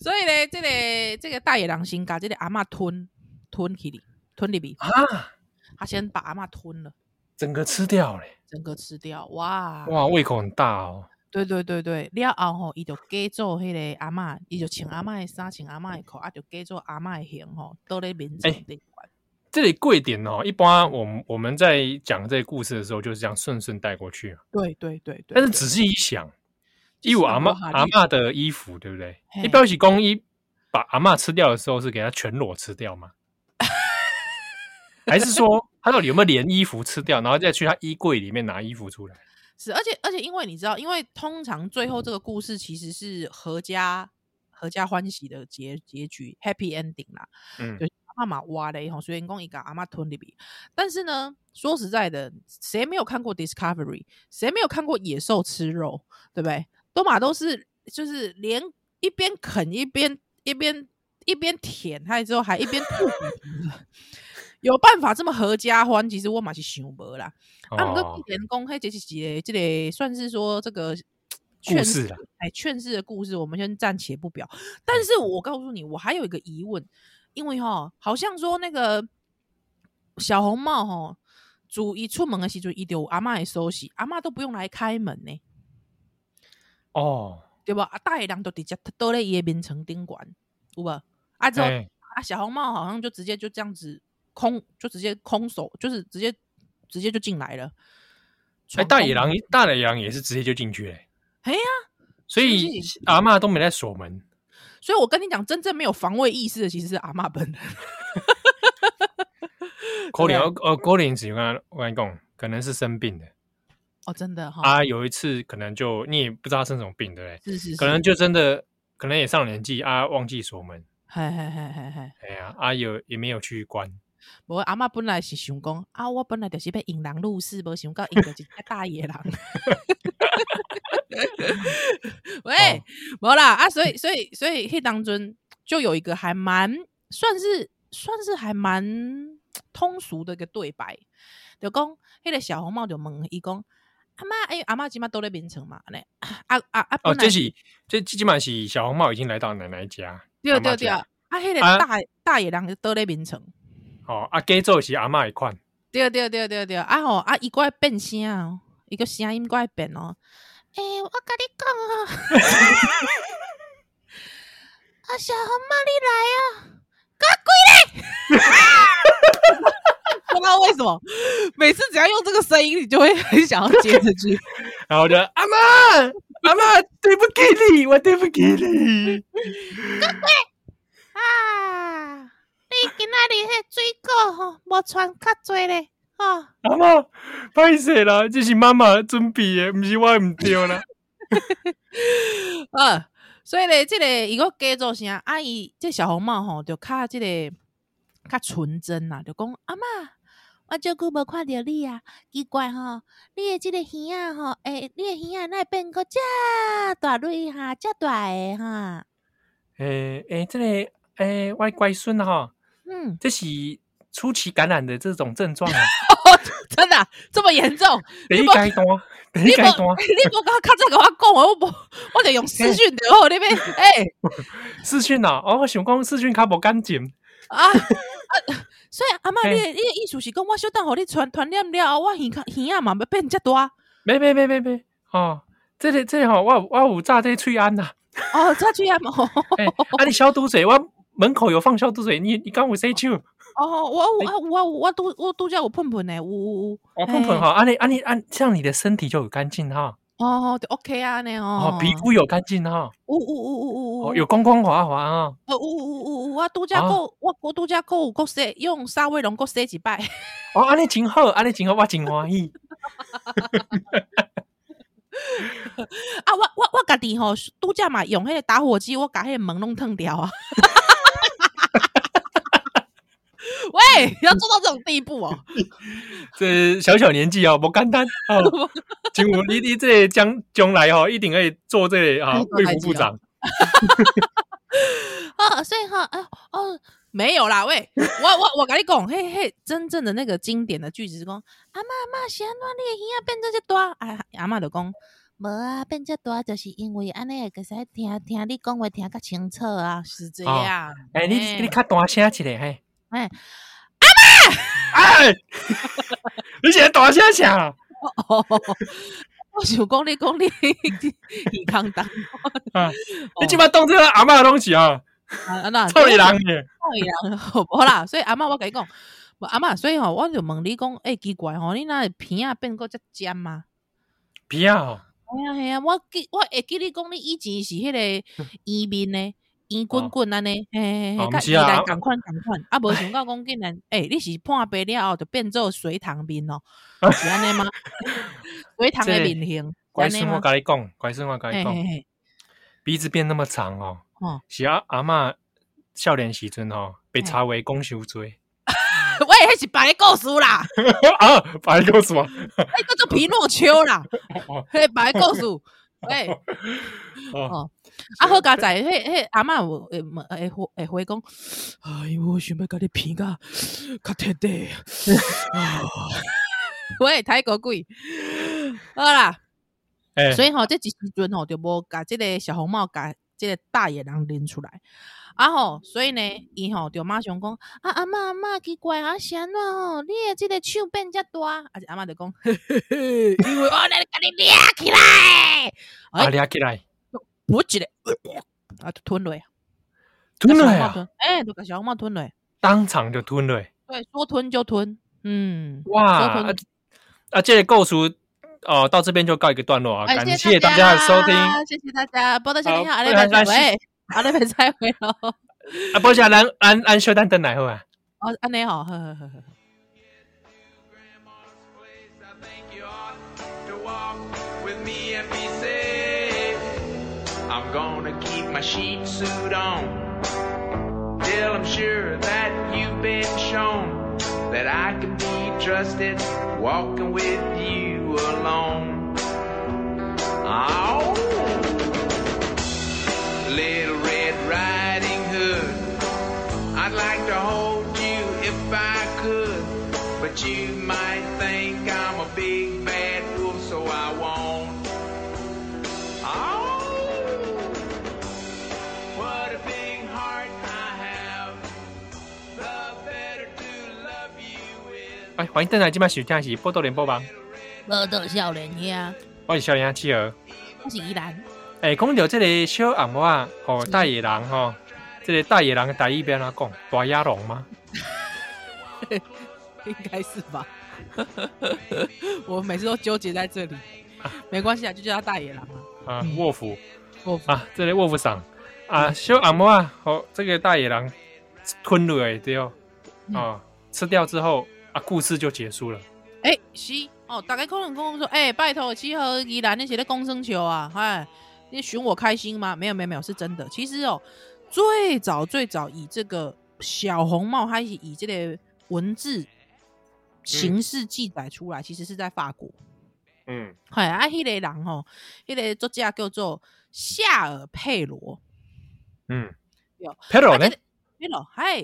Speaker 3: 所以咧，这个这个大野狼先把这个阿嬷吞吞起哩，吞里边，
Speaker 2: 啊，
Speaker 3: 他先把阿嬷吞了，
Speaker 2: 整个吃掉嘞！
Speaker 3: 整个吃掉，哇，
Speaker 2: 哇，胃口很大哦。
Speaker 3: 对对对对，了后吼，伊就改做迄个阿嬷，伊就穿阿嬷的衫，穿阿嬷的裤，啊，就改做阿嬷的型吼，倒咧面前
Speaker 2: 哎
Speaker 3: 顶管。
Speaker 2: 这里贵点哦，一般我们我们在讲这个故事的时候，就是这样顺顺带过去。
Speaker 3: 对对对对，
Speaker 2: 但是
Speaker 3: 对
Speaker 2: 仔细一想，
Speaker 3: 就是
Speaker 2: 衣服阿妈
Speaker 3: 有哈利
Speaker 2: 阿妈的衣服，对不对？
Speaker 3: 嘿
Speaker 2: 你不要起公衣把阿妈吃掉的时候，是给她全裸吃掉 吗？还是说她到底有没有连衣服吃掉，然后再去她衣柜里面拿衣服出来？
Speaker 3: 是，而且而且，因为你知道，因为通常最后这个故事其实是合家合家欢喜的结结局，happy ending 啦。
Speaker 2: 嗯
Speaker 3: 对，阿妈挖嘞吼，所以讲一个阿妈吞里边。但是呢，说实在的，谁没有看过 Discovery？谁没有看过野兽吃肉？对不对？多玛都是就是连一边啃一边一边一边舔，还之后还一边吐骨头的。 有办法这么合家欢？其实我嘛是想无啦。啊，毋过
Speaker 2: 哦
Speaker 3: 既，然讲迄就是一个，即个算是说这个
Speaker 2: 故
Speaker 3: 劝
Speaker 2: 事啦嗯
Speaker 3: 哎，劝世的故事，我们先暂且不表。但是我告诉你，我还有一个疑问，因为哈，好像说那个小红帽哈，主一出门的时候，伊就有阿嬷的收洗，阿嬷都不用来开门呢，
Speaker 2: 哦，
Speaker 3: 对吧？啊，大野狼都直接倒咧伊的眠床顶管，有无？啊，之后
Speaker 2: 哎，
Speaker 3: 啊，小红帽好像就直接就这样子空，就直接空手，就是直接直接就进来了。
Speaker 2: 哎，
Speaker 3: 闯
Speaker 2: 大
Speaker 3: 空
Speaker 2: 野
Speaker 3: 门
Speaker 2: 狼，大野狼也是直接就进去嘞，所以
Speaker 3: 不是
Speaker 2: 阿嬷都没在锁门。
Speaker 3: 所以我跟你讲，真正没有防卫意识的其实是阿嬷本人。啊
Speaker 2: 可能呃，可能只跟我跟你讲，可能是生病的
Speaker 3: 哦，真的哈、
Speaker 2: 啊。有一次可能就你也不知道她生什么病，对不对？
Speaker 3: 是是是，
Speaker 2: 可能就真的可能也上年纪啊，忘记锁门，
Speaker 3: 嘿嘿嘿嘿嘿。
Speaker 2: 哎呀啊有也没有去关，
Speaker 3: 我阿嬷本来是想讲啊，我本来就是被引狼入室，无想到引到一只大野狼。
Speaker 2: 哦
Speaker 3: 喂，无、啦啊，所以所以所以迄当中就有一个还蛮算是算是还蛮通俗的一个对白，就讲迄、个小红帽就问伊讲。阿妈，哎、阿妈即马都在眠床嘛？呢， 啊啊啊！
Speaker 2: 哦，
Speaker 3: 本来
Speaker 2: 这是这基本上是小红帽已经来到奶奶家，
Speaker 3: 对
Speaker 2: 阿嬷家
Speaker 3: 对对啊！啊，迄、个
Speaker 2: 啊
Speaker 3: 大、大野狼都在眠床。
Speaker 2: 哦啊，该做是阿嬷一款，
Speaker 3: 对对对对对，啊吼啊，伊过来变声哦，伊个声音过来变哦。
Speaker 4: 诶、欸我跟你讲哦，啊，小红帽你来啊！
Speaker 3: 不知道为什么，每次只要用这个声音，你就会很想要接着去。
Speaker 2: 然后我就阿嬷阿嬷对不起你，我对不起你，
Speaker 4: 啊，你今仔日迄水果吼无穿较济咧，吼、
Speaker 2: 阿嬷拍死啦，这是妈妈准备的，不是我唔对啦，
Speaker 3: 呃，所以咧，这个伊个加做声，啊伊这小红帽吼，就较这个较纯真啦，就讲
Speaker 4: 阿嬷，我照久无看着你啊，奇怪吼、你的即个耳仔吼，诶、你的耳仔哪会变个遮大蕊哈、遮大个哈、
Speaker 2: 诶诶，这个诶外乖孙哈，
Speaker 4: 嗯，
Speaker 2: 这是初期感染的这种症状啊，
Speaker 3: 真的啊、这么严重，
Speaker 2: 第一
Speaker 3: 你不
Speaker 2: 阶段，第一
Speaker 3: 你
Speaker 2: 阶
Speaker 3: 无
Speaker 2: 段。
Speaker 3: 你无刚较早甲我讲，我无我得用私讯的哦，你 边哎、
Speaker 2: 视讯啊，哦，我想讲视讯较无干净，
Speaker 3: 啊啊！所以阿嬷，
Speaker 2: 嘿
Speaker 3: 你的你的意思是讲，我小等互你传传染了后，我耳壳耳啊嘛要变遮大。
Speaker 2: 没没没没没，哦，这里这里吼，我有我有炸这翠安呐，
Speaker 3: 哦，再去按摩。
Speaker 2: 哎，啊你消毒水，我门口有放消毒水，你你刚有洗手，
Speaker 3: 哦，我
Speaker 2: 哎
Speaker 3: 我我我都我都叫我碰碰呢，有有有。
Speaker 2: 我碰碰哈，啊你啊你啊，这样你的身体就有干净哈，
Speaker 3: 哦，就 OK 啊呢
Speaker 2: 哦
Speaker 3: 哦，，
Speaker 2: 皮肤有干净哈，
Speaker 3: 有有有有有
Speaker 2: 哦有哦光光滑滑啊，
Speaker 3: 有有有有，我拄则够我我拄则够有够洗，用沙威龙够洗一摆。
Speaker 2: 哦啊你真好，啊你真好，我真欢喜，
Speaker 3: 啊，我我我家己吼拄则嘛用迄个打火机，我把迄个门弄烫 掉啊。 喂，要做到这种地步哦！
Speaker 2: 这小小年纪哦，不简单哦， 请我你你这将将来哦，一定会做这个啊
Speaker 3: 可以做
Speaker 2: 卫
Speaker 3: 代
Speaker 2: 福
Speaker 3: 志
Speaker 2: 部
Speaker 3: 哦
Speaker 2: 长，
Speaker 4: 哦，所以吼、哎哦，
Speaker 3: 呃没有啦，喂，我我我跟你讲，嘿嘿，真正的那个经典的句子是讲，
Speaker 4: 阿嬷阿嬷是安怎你的耳仔变做遮大？
Speaker 3: 啊，阿嬷就讲，
Speaker 4: 无啊，变遮大就是因为安尼会使听听你讲话听较清楚啊。
Speaker 3: 是这
Speaker 2: 哦
Speaker 3: 样，
Speaker 2: 哎你
Speaker 3: 嘿
Speaker 2: 你较大声一点嘿。
Speaker 4: 哎、
Speaker 2: 哎， 你现在大声啥？
Speaker 3: 哦， 我想讲你讲你你当当，
Speaker 2: 啊
Speaker 3: 哦
Speaker 2: 你即摆当这个阿嬷的东西啊，
Speaker 3: 啊那
Speaker 2: 臭你人耶！
Speaker 3: 臭人，好啦，所以阿嬷我跟你讲，无阿嬷，所以吼，我就问你讲，诶、奇怪吼，你那鼻啊变过遮尖吗？
Speaker 2: 皮啊哦，
Speaker 3: 哎呀哎呀，我记我会记你讲你以前是迄 个医面呢，圆滚滚安尼，嘿嘿
Speaker 2: 哦
Speaker 3: 嘿，
Speaker 2: 不
Speaker 3: 甲
Speaker 2: 是
Speaker 3: 伊
Speaker 2: 啊
Speaker 3: 来
Speaker 2: 啊
Speaker 3: 共款共款， 啊无想到讲竟然，诶，你是破病了后就变做水塘面咯，是安尼吗？ 水塘的
Speaker 2: 这
Speaker 3: 面型，
Speaker 2: 乖
Speaker 3: 是安
Speaker 2: 孙
Speaker 3: 尼
Speaker 2: 我
Speaker 3: 吗？
Speaker 2: 跟你讲，乖孙我跟你
Speaker 3: 嘿嘿
Speaker 2: 讲，
Speaker 3: 嘿，
Speaker 2: 鼻子变那么长哦
Speaker 3: 哦，
Speaker 2: 是阿阿嬷少年时阵哦，被查为公修罪
Speaker 3: 我也是白故事啦，
Speaker 2: 啊，白告诉我，
Speaker 3: 那叫做皮诺丘啦，
Speaker 2: 哦
Speaker 3: 嘿，白故事，喂。
Speaker 2: 哦
Speaker 3: 哦，啊好佳仔，迄迄阿嬷有会问会回会回讲， 哎，我想要甲你鼻甲较贴地。啊喂，太过鬼， 好啦，
Speaker 2: 哎，
Speaker 3: 哦所以吼、这一时阵吼、就无甲即个小红帽甲即个大野狼拎出来，啊吼、所以呢，伊吼、就马上讲，
Speaker 4: 啊阿嬷阿嬷奇怪啊，是安怎
Speaker 3: 哦
Speaker 4: 吼？你的即个手变遮大，
Speaker 3: 啊阿嬷就讲，嘿嘿嘿， 因为我来
Speaker 4: 甲你抓起来。
Speaker 3: 哎
Speaker 2: 阿抓起来，
Speaker 3: 我一个， 啊就吞落，
Speaker 2: 吞啊了
Speaker 3: 小红帽
Speaker 2: 呀，
Speaker 3: 吞，哎、就甲小红帽吞落，
Speaker 2: 当场就吞了，
Speaker 3: 对，说吞就吞，嗯。
Speaker 2: 哇！
Speaker 3: 说吞
Speaker 2: 啊啊，这个故事呃到这边就告一个段落啊，
Speaker 3: 哎
Speaker 2: 感谢大家的收听。，
Speaker 3: 谢谢大家，波多小
Speaker 2: 好
Speaker 3: 天下，阿
Speaker 2: 不
Speaker 3: 雷白
Speaker 2: 然
Speaker 3: 菜
Speaker 2: 咱是
Speaker 3: 回，哎阿雷白菜回咯。
Speaker 2: 啊，不是啊，咱安安小丹等来好啊。
Speaker 3: 哦，安尼好，呵呵呵呵。
Speaker 5: Grandma's place. I think you ought to walk with me and be safe. I'm gonna keep my sheet suit on till I'm sure that you've been shown that I can be trusted walking with you alone. Oh, little Red Riding Hood. I'd like to hold you if I could, but you might think I'm a big bad wolf, so I won't. Oh, what a big heart I have. The better to love you with.
Speaker 2: 哎，欢迎登来，今晚收听的是波多连播吧，
Speaker 4: 无到少年兄，
Speaker 2: 我是小杨七儿。
Speaker 4: 我是依兰，
Speaker 2: 哎，讲到这个小红帽啊，吼、大野狼吼、这个大野狼的台语边怎讲？大野狼吗？
Speaker 3: 应该是吧。 我每次都纠结在这里，没关系啊，就叫他大野狼啊。
Speaker 2: 啊，卧虎
Speaker 3: 我
Speaker 2: 啊，这个卧虎上啊，小红帽啊，吼、这个大野狼吞了哎，对哦，啊，吃掉之后啊，故事就结束了。
Speaker 3: 哎、是哦，大概可能跟我说，哎、拜托，七和宜兰那些的公生球啊，哎，你寻我开心吗？没有没有没有，是真的。其实哦，最早最早以这个小红帽，它是以这类文字形式记载出来，其实是在法国。
Speaker 2: 嗯
Speaker 3: 嗨，啊，迄、个人吼、迄、个作家叫做夏尔佩罗，
Speaker 2: 嗯
Speaker 3: 有
Speaker 2: ，Pero
Speaker 3: 啊
Speaker 2: 呢
Speaker 3: 这个？佩洛，嗨，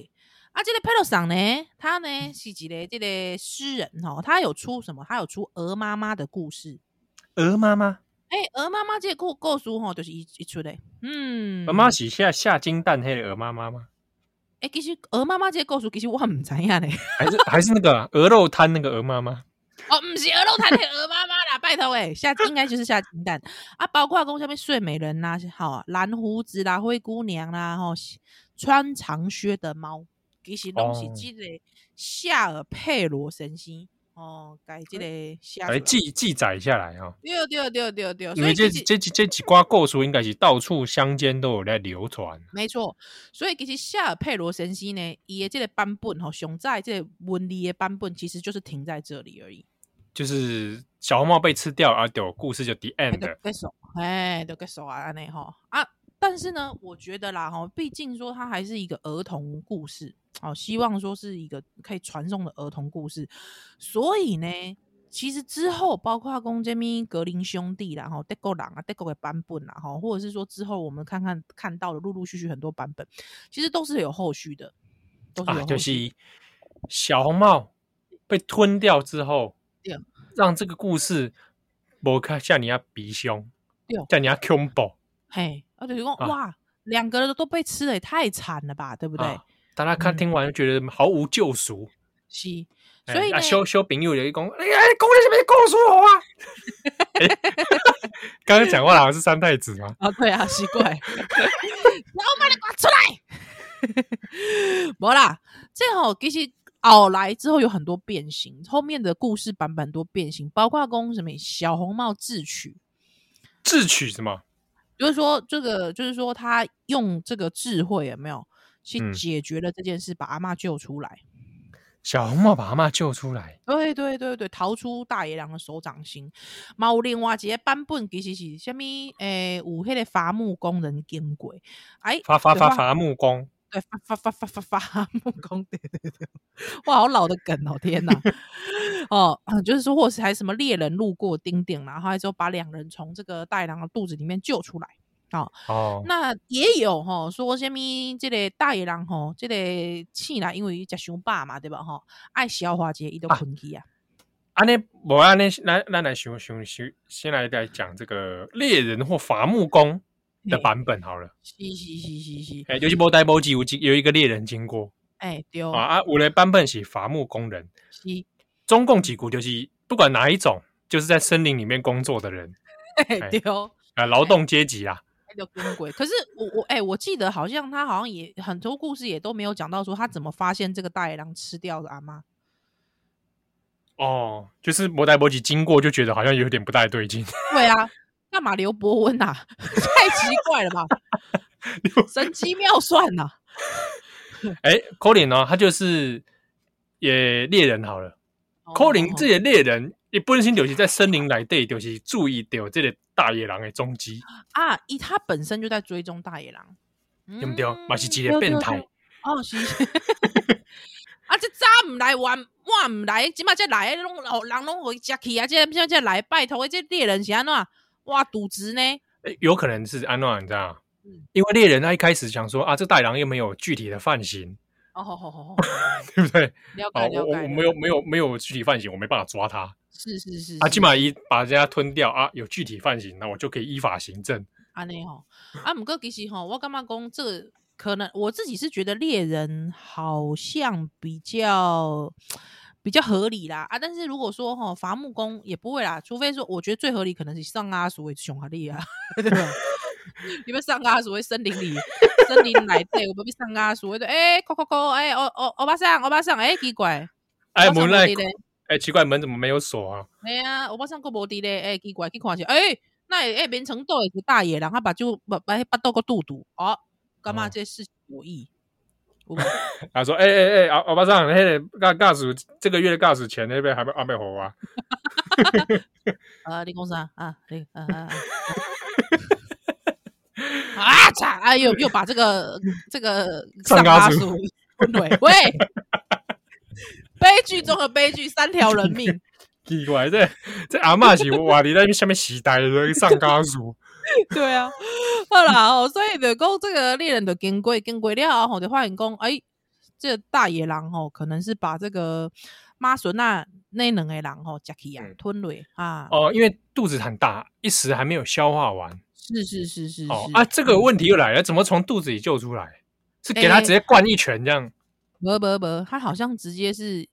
Speaker 3: 啊，这个佩洛桑呢，他
Speaker 2: 嗯
Speaker 3: 呢是一个这个诗人哦，他有出什么？他有出《鹅妈妈的故事》。
Speaker 2: 鹅妈妈，
Speaker 3: 哎、鹅妈妈这个故故事吼，就是一一出的。嗯，
Speaker 2: 鹅妈妈是下下金蛋黑的鹅妈妈吗？
Speaker 3: 哎、其实鹅妈妈这个故事，其实我唔知影呢。
Speaker 2: 还是还是那个啊鹅肉摊那个鹅妈妈？
Speaker 3: 哦，唔是鹅肉摊的鹅妈妈啦，拜托哎、下应该就是下金蛋啊，包括讲下面睡美人啦、好、蓝胡子啦、灰姑娘啦、吼、穿长靴的猫，其实拢是
Speaker 2: 哦
Speaker 3: 这个夏尔佩罗神仙哦，改这个夏
Speaker 2: 来记记载下来哈、哦，
Speaker 3: 对对对对对，
Speaker 2: 哎因
Speaker 3: 哦所
Speaker 2: 为
Speaker 3: 以
Speaker 2: 这
Speaker 3: 其实
Speaker 2: 这这这几瓜构书应该是到处乡间都有在流传。啊
Speaker 3: 没错，所以其实夏尔佩罗神仙呢，伊的这个版本吼，熊在这个文理的版本其实就是停在这里而已。
Speaker 2: 就是小红帽被吃掉，而有故事就 the
Speaker 3: 哎
Speaker 2: end
Speaker 3: 就。结束，哎，就结束啊，安内吼啊。但是呢，我觉得啦，哈，毕竟说它还是一个儿童故事，哦，希望说是一个可以传送的儿童故事，所以呢，其实之后包括公这咪格林兄弟啦，哈，德国人啊，德国的版本啦，哈，或者是说之后我们看看看到的陆陆续续很多版本，其实都是有后续的，都是有
Speaker 2: 啊，
Speaker 3: 后
Speaker 2: 就
Speaker 3: 续
Speaker 2: 是小红帽被吞掉之后
Speaker 3: 对，
Speaker 2: 让这个故事无看像你要鼻凶
Speaker 3: 对，
Speaker 2: 像你要 combo，
Speaker 3: 嘿，啊，就是讲、
Speaker 2: 啊
Speaker 3: 哇，两个人都被吃的也太惨了吧，对不对？
Speaker 2: 啊大家看
Speaker 3: 嗯
Speaker 2: 听完就觉得毫无救赎。
Speaker 3: 是，所以呢，
Speaker 2: 啊，修修饼又有一公，哎呀，公在这边告诉我啊！哎 刚刚讲话好像是三太子吗？
Speaker 3: 啊，对啊，奇怪， 然后把你滚出来。 没啦，这吼、其实后来之后有很多变形，后面的故事版本多变形，包括公什么小红帽智取，
Speaker 2: 智取什么？
Speaker 3: 就是说这个，就是说他用这个智慧有没有去
Speaker 2: 嗯
Speaker 3: 解决了这件事，把阿嬷救出来。
Speaker 2: 小红帽把阿妈救出来，
Speaker 3: 对对对对，逃出大野狼的手掌心。嘛有另外一个版本其实是什么？诶、有迄个伐木工人经过，哎，
Speaker 2: 伐伐
Speaker 3: 就
Speaker 2: 伐
Speaker 3: 发
Speaker 2: 伐木工，
Speaker 3: 对，发发发发 发发木工，对对对，哇，好老的梗哦， 天哪！哦，就是说，或是还什么猎人路过丁丁，然后还之后把两人从这个大野狼的肚子里面救出来。
Speaker 2: 哦，
Speaker 3: 那也有吼、说什么这个大野狼吼、这个气啦，因为食伤饱嘛，对吧？吼、爱消化节伊都
Speaker 2: 啊
Speaker 3: 困去啊。
Speaker 2: 安尼，我安尼，咱咱来想想想，先来来讲这个猎人或伐木工的
Speaker 3: 嘿
Speaker 2: 版本好了。
Speaker 3: 是是是是是，
Speaker 2: 哎、尤其波呆波吉有有一个猎人经过
Speaker 3: 哎、对，
Speaker 2: 啊啊，我的版本是伐木工人。
Speaker 3: 是，
Speaker 2: 中共几股就是不管哪一种，就是在森林里面工作的人
Speaker 3: 哎、
Speaker 2: 哎
Speaker 3: 对。哎
Speaker 2: 啊，劳动阶级啊。
Speaker 3: 就跟鬼。可是我我哎、我记得好像他好像也很多啊故事也都没有讲到说他怎么发现这个大野狼吃掉的阿妈。
Speaker 2: 哦，就是摩代波吉经过就觉得好像有点不太对劲，
Speaker 3: 对啊，干嘛刘伯温呐、啊？ 太奇 怪了吧
Speaker 2: 刘，
Speaker 3: 神机妙算 呐、
Speaker 2: 哎、c o l i n 呢，他就是也猎人好了。
Speaker 3: 哦
Speaker 2: c o l i n 这些猎人，一般性就是在森林来对，就是注意到这个大野狼的踪迹，
Speaker 3: 啊，一他本身就在追踪大野狼，
Speaker 2: 对
Speaker 4: 对
Speaker 3: 嗯
Speaker 2: 不对？嘛是一
Speaker 4: 对
Speaker 2: 个
Speaker 4: 对
Speaker 2: 变
Speaker 4: 对
Speaker 2: 态，
Speaker 3: 哦，是。 啊，这早唔来玩，晚唔来，即马才来，拢老人拢回家去啊！这这这来拜托，这猎人是安怎样？哇，赌值呢？
Speaker 2: 诶哎有可能是安诺，你知道吗
Speaker 3: 嗯？
Speaker 2: 因为猎人他一开始想说啊，这大野狼又没有具体的犯行，
Speaker 3: 哦，好好好好，
Speaker 2: 对不对？
Speaker 3: 了
Speaker 2: 啊，
Speaker 3: 解
Speaker 2: 我
Speaker 3: 了
Speaker 2: 我
Speaker 3: 解。嗯
Speaker 2: 我没有没有没有具体犯行，我没办法抓他
Speaker 3: 是是是
Speaker 2: 啊。
Speaker 3: 是
Speaker 2: 起码一把人家吞掉啊，有具体犯行，那我就可以依法行政。
Speaker 3: 安尼吼，啊，毋过其实吼，我感觉讲这个可能我自己是觉得猎人好像比较比较合理啦啊，但是如果说吼伐木工也不会啦，除非说我觉得最合理可能是上阿所谓熊哈利啊，对吧？ 你们上阿所谓森林里，森林来对，我们被上阿所谓的哎，扣扣扣，哎，欧欧欧巴桑，欧巴桑，哎，奇怪，
Speaker 2: 哎，
Speaker 3: 我怎
Speaker 2: 门
Speaker 3: 么
Speaker 2: 来
Speaker 3: 没嘞，
Speaker 2: 哎，奇怪，门怎么没有锁啊？
Speaker 3: 哎呀，欧巴桑够无伫咧，哎，奇怪，去看下，哎，那哎，变成倒一个大野人，他把就把把把倒个肚肚，哦，干嘛
Speaker 2: 哦
Speaker 3: 这事情有意？有无
Speaker 2: 他说：“哎哎哎，阿阿巴桑，嘿，尬尬死，这个月的尬死钱那边还没还没还啊？
Speaker 3: 啊，你讲啥啊？你啊啊 啊！啊啊！擦！哎呦，又把这个这个
Speaker 2: 上
Speaker 3: 阿
Speaker 2: 阿叔
Speaker 3: 叔昏雷，喂， 悲剧中的悲剧，三条人命，
Speaker 2: 奇怪，这这阿嬷是哇，你在那边下面洗呆了，上家属。
Speaker 3: 对啊，好啦哦，所以就讲这个猎人的经过经过了后，吼就发现讲，哎，这大野狼吼，可能是把这个妈孙啊那两个人吼食去啊
Speaker 2: 嗯，
Speaker 3: 吞落啊，
Speaker 2: 哦，因为肚子很大，一时还没有消化完。
Speaker 3: 是是是是是
Speaker 2: 哦啊，这个问题又来了，怎么从肚子里救出来？是给他
Speaker 3: 嗯哎
Speaker 2: 直接灌一拳这样？
Speaker 3: 不不不，他好像直接是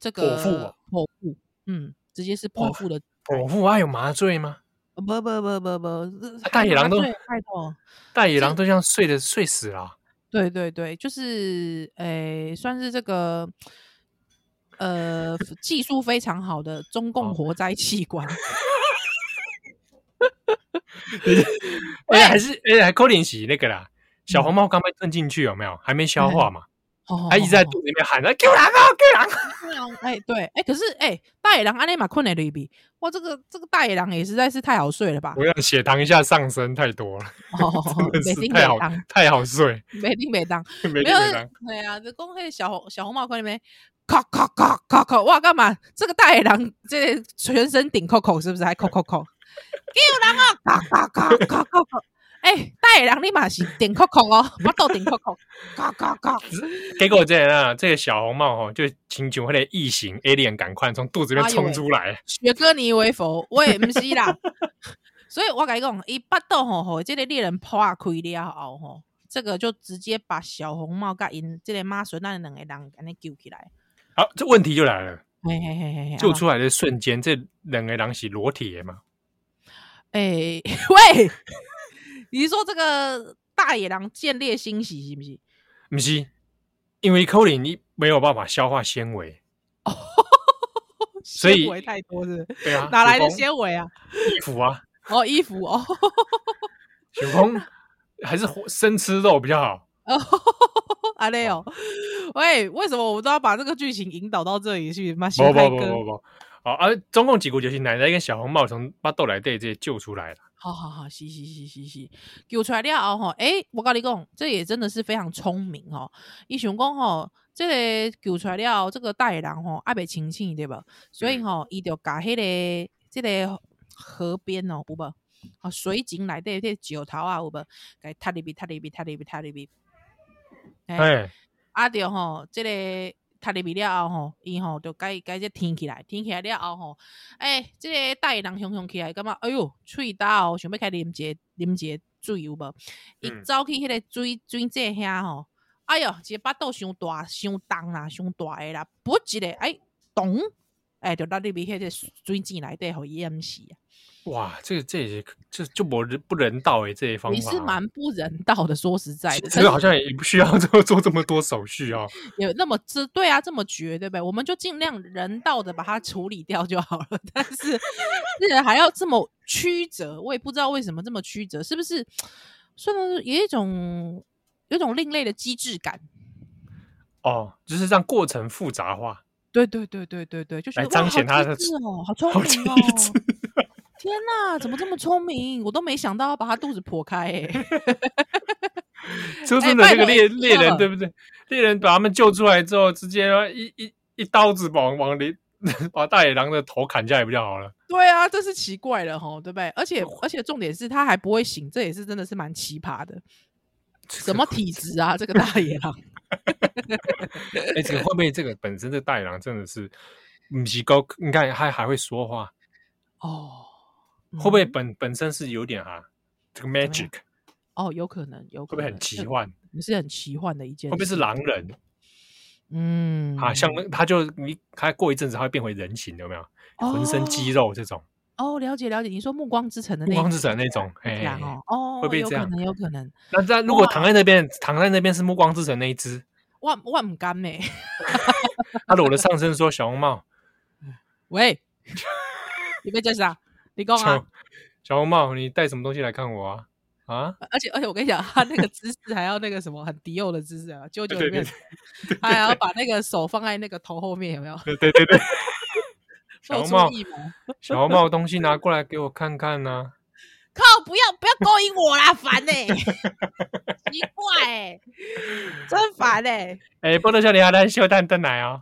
Speaker 3: 这个
Speaker 2: 剖腹啊
Speaker 3: 剖腹，嗯，直接是剖腹的，
Speaker 2: 剖腹啊，有麻醉吗？
Speaker 3: 不不不不不，
Speaker 2: 啊大野狼都
Speaker 3: 麻醉拜托，
Speaker 2: 大野狼都这样睡的睡死了啊。
Speaker 3: 对对对，就是诶、算是这个呃技术非常好的中
Speaker 2: 哦
Speaker 3: 共活摘器官，
Speaker 2: 哎，还是哎，还扣点洗那个啦。
Speaker 3: 嗯
Speaker 2: 小红帽刚被吞进去有没有？还没消化嘛？
Speaker 3: 哦
Speaker 2: 啊他一直在
Speaker 3: 哦
Speaker 2: 肚子里面喊：“啊，救狼啊，救狼啊
Speaker 3: 哦哎、对，哎、可是哎、大野狼安内马困了一笔，哇，这个这个大野狼也实在是太好睡了吧！！”
Speaker 2: 我让血糖一下上升太多了。
Speaker 3: 哦，
Speaker 2: 真
Speaker 3: 没
Speaker 2: 的是
Speaker 3: 丁没
Speaker 2: 太好
Speaker 3: 当，
Speaker 2: 太好睡，
Speaker 3: 没丁没当。
Speaker 2: 没
Speaker 3: 没有
Speaker 2: 没当，，
Speaker 3: 对啊，这公会小红小红帽那边，扣扣扣扣扣，哇，干嘛？这个大野狼这个全身顶扣扣，是不是还扣扣 扣？给我狼啊！扣扣扣扣扣扣！ 哎、大野狼立马是顶扣扣哦，我都顶扣 扣，扣扣扣，
Speaker 2: 结果这样啊，这个小红帽哦，就请求那个异形 alien 赶快从肚子里面
Speaker 3: 哎呦
Speaker 2: 冲
Speaker 3: 喂
Speaker 2: 出来，
Speaker 3: 学哥你以为佛，我也不是啦。 所以我跟你讲，一巴豆吼吼，这个猎人破啊开了后吼，这个就直接把小红帽跟因这个妈孙那两个人安尼救起来，
Speaker 2: 好，这问题就来了，
Speaker 3: 嘿嘿嘿嘿嘿，
Speaker 2: 救
Speaker 3: 啊
Speaker 2: 出来的瞬间，这两个狼是裸体的嘛？
Speaker 3: 哎、喂，你是说这个大野狼见猎欣喜是不是？
Speaker 2: 不是，因为 Colin 你没有办法消化纤维，所以
Speaker 3: 纤维太多是不是
Speaker 2: 对啊，
Speaker 3: 哪来的
Speaker 2: 就讲
Speaker 3: 纤维啊？
Speaker 2: 衣服啊？
Speaker 3: 哦，衣服哦，
Speaker 2: 雪峰还是活生吃肉比较好。
Speaker 3: 阿累哦。喂，为什么我们都要把这个剧情引导到这里去？妈，心
Speaker 2: 不
Speaker 3: 太
Speaker 2: 不不
Speaker 3: 哥，
Speaker 2: 不不，好啊！中共几股就是奶奶跟小红帽从巴豆来队这些救出来了。
Speaker 3: 好好好，是是是是是，救出来了后吼，诶、我跟你讲，这也真的是非常聪明哦。伊想讲吼，这个救出来了，这个大野狼吼爱被清醒对吧？所以
Speaker 2: 嗯
Speaker 3: 吼，伊就甲迄、个这个河边哦，有无？啊，水井内底迄石头啊，有无？甲踢入去，踢入去，踢入去，踢入去。诶、
Speaker 2: 哎，
Speaker 3: 啊对吼，即、个踢入去了后吼，伊吼就改改这天起来，天起来了后吼，诶、即、个大野人雄雄起来，感觉哎哟，喙焦哦，想要开啉一个啉一个水有无？伊
Speaker 2: 嗯
Speaker 3: 走去迄个水水井遐吼，哎哟，一个巴肚伤大伤重啦，伤大个啦，噗一个哎，咚，哎，就落入去迄个水井内底，互伊淹死啊！
Speaker 2: 哇，这个这也这就不人不人道哎、这一方法
Speaker 3: 你是蛮不人道的，说实在的，
Speaker 2: 这个好像也不需要 做做这么多手续啊。
Speaker 3: 有那么这对啊，这么绝对不对？我们就尽量人道的把它处理掉就好了。 但是这人还要这么曲折，我也不知道为什么这么曲折，是不是？算是有一种有一种另类的机制感。
Speaker 2: 哦，就是让过程复杂化。
Speaker 3: 对对对对对对，就觉
Speaker 2: 来
Speaker 3: 得哇
Speaker 2: 彰显
Speaker 3: 好
Speaker 2: 他的
Speaker 3: 机智哦，好聪
Speaker 2: 好
Speaker 3: 明
Speaker 2: 机
Speaker 3: 哦！
Speaker 2: 智
Speaker 3: 天哪，怎么这么聪明？我都没想到要把他肚子剖开哎、
Speaker 2: 就
Speaker 3: 哎
Speaker 2: 真的
Speaker 3: 拜
Speaker 2: 那个
Speaker 3: 托
Speaker 2: 猎
Speaker 3: 你
Speaker 2: 猎人
Speaker 3: 了
Speaker 2: 对不对？猎人把他们救出来之后，直接哦一一一刀子往往里 把大野狼的头砍下来不就好了？
Speaker 3: 对啊，这是奇怪了吼，对不对？而且
Speaker 2: 哦
Speaker 3: 而且重点是他还不会醒，这也是真的是蛮奇葩的。什么体质啊？这个大 野狼，
Speaker 2: 哎、这个会不会这个本身这大野狼真的是不是高？你看还还会说话，
Speaker 3: 哦，
Speaker 2: 会不会
Speaker 3: 嗯
Speaker 2: 本本身是有点啊？这个 magic
Speaker 3: 哦，有可能，有
Speaker 2: 会不
Speaker 3: 可
Speaker 2: 会
Speaker 3: 能
Speaker 2: 很奇
Speaker 3: 这
Speaker 2: 幻？
Speaker 3: 也是很奇幻的一件
Speaker 2: 会
Speaker 3: 事，
Speaker 2: 不会是狼人
Speaker 3: 嗯
Speaker 2: 啊？像那他就你他过一阵子他会变回人形，有没有？浑身肌肉这种，
Speaker 3: 哦，了解了解，你说《暮光之城》的
Speaker 2: 暮
Speaker 3: 那
Speaker 2: 光
Speaker 3: 一
Speaker 2: 之城那种，哎、
Speaker 3: 只狼哦，哦，
Speaker 2: 会不会
Speaker 3: 有
Speaker 2: 这样
Speaker 3: 可能，有可能，
Speaker 2: 那那如果躺在那边，躺在那边是暮光之城那一只，
Speaker 3: 万万唔甘呢？
Speaker 2: 他裸着上身说小红帽，
Speaker 3: 喂，你被叫啥？你讲 啊
Speaker 2: 小！小红帽，你带什么东西来看我啊？ 啊，
Speaker 3: 而且而且我跟你讲，他那个姿势还要那个什么很迪奥的姿势啊，舅舅
Speaker 2: 对
Speaker 3: 里面
Speaker 2: 对，
Speaker 3: 他还要把那个手放在那个头后面，有 没有？
Speaker 2: 对对对对，小
Speaker 3: 露
Speaker 2: 红
Speaker 3: 出
Speaker 2: 帽，
Speaker 3: 腋毛
Speaker 2: 小红帽东西拿过来给我看看啊呐、
Speaker 3: 靠！不要不要勾引我啦，烦 呢、奇怪哎、真烦哎、欸
Speaker 2: 哎、波多少年还在秀蛋蛋奶啊、
Speaker 5: Oh,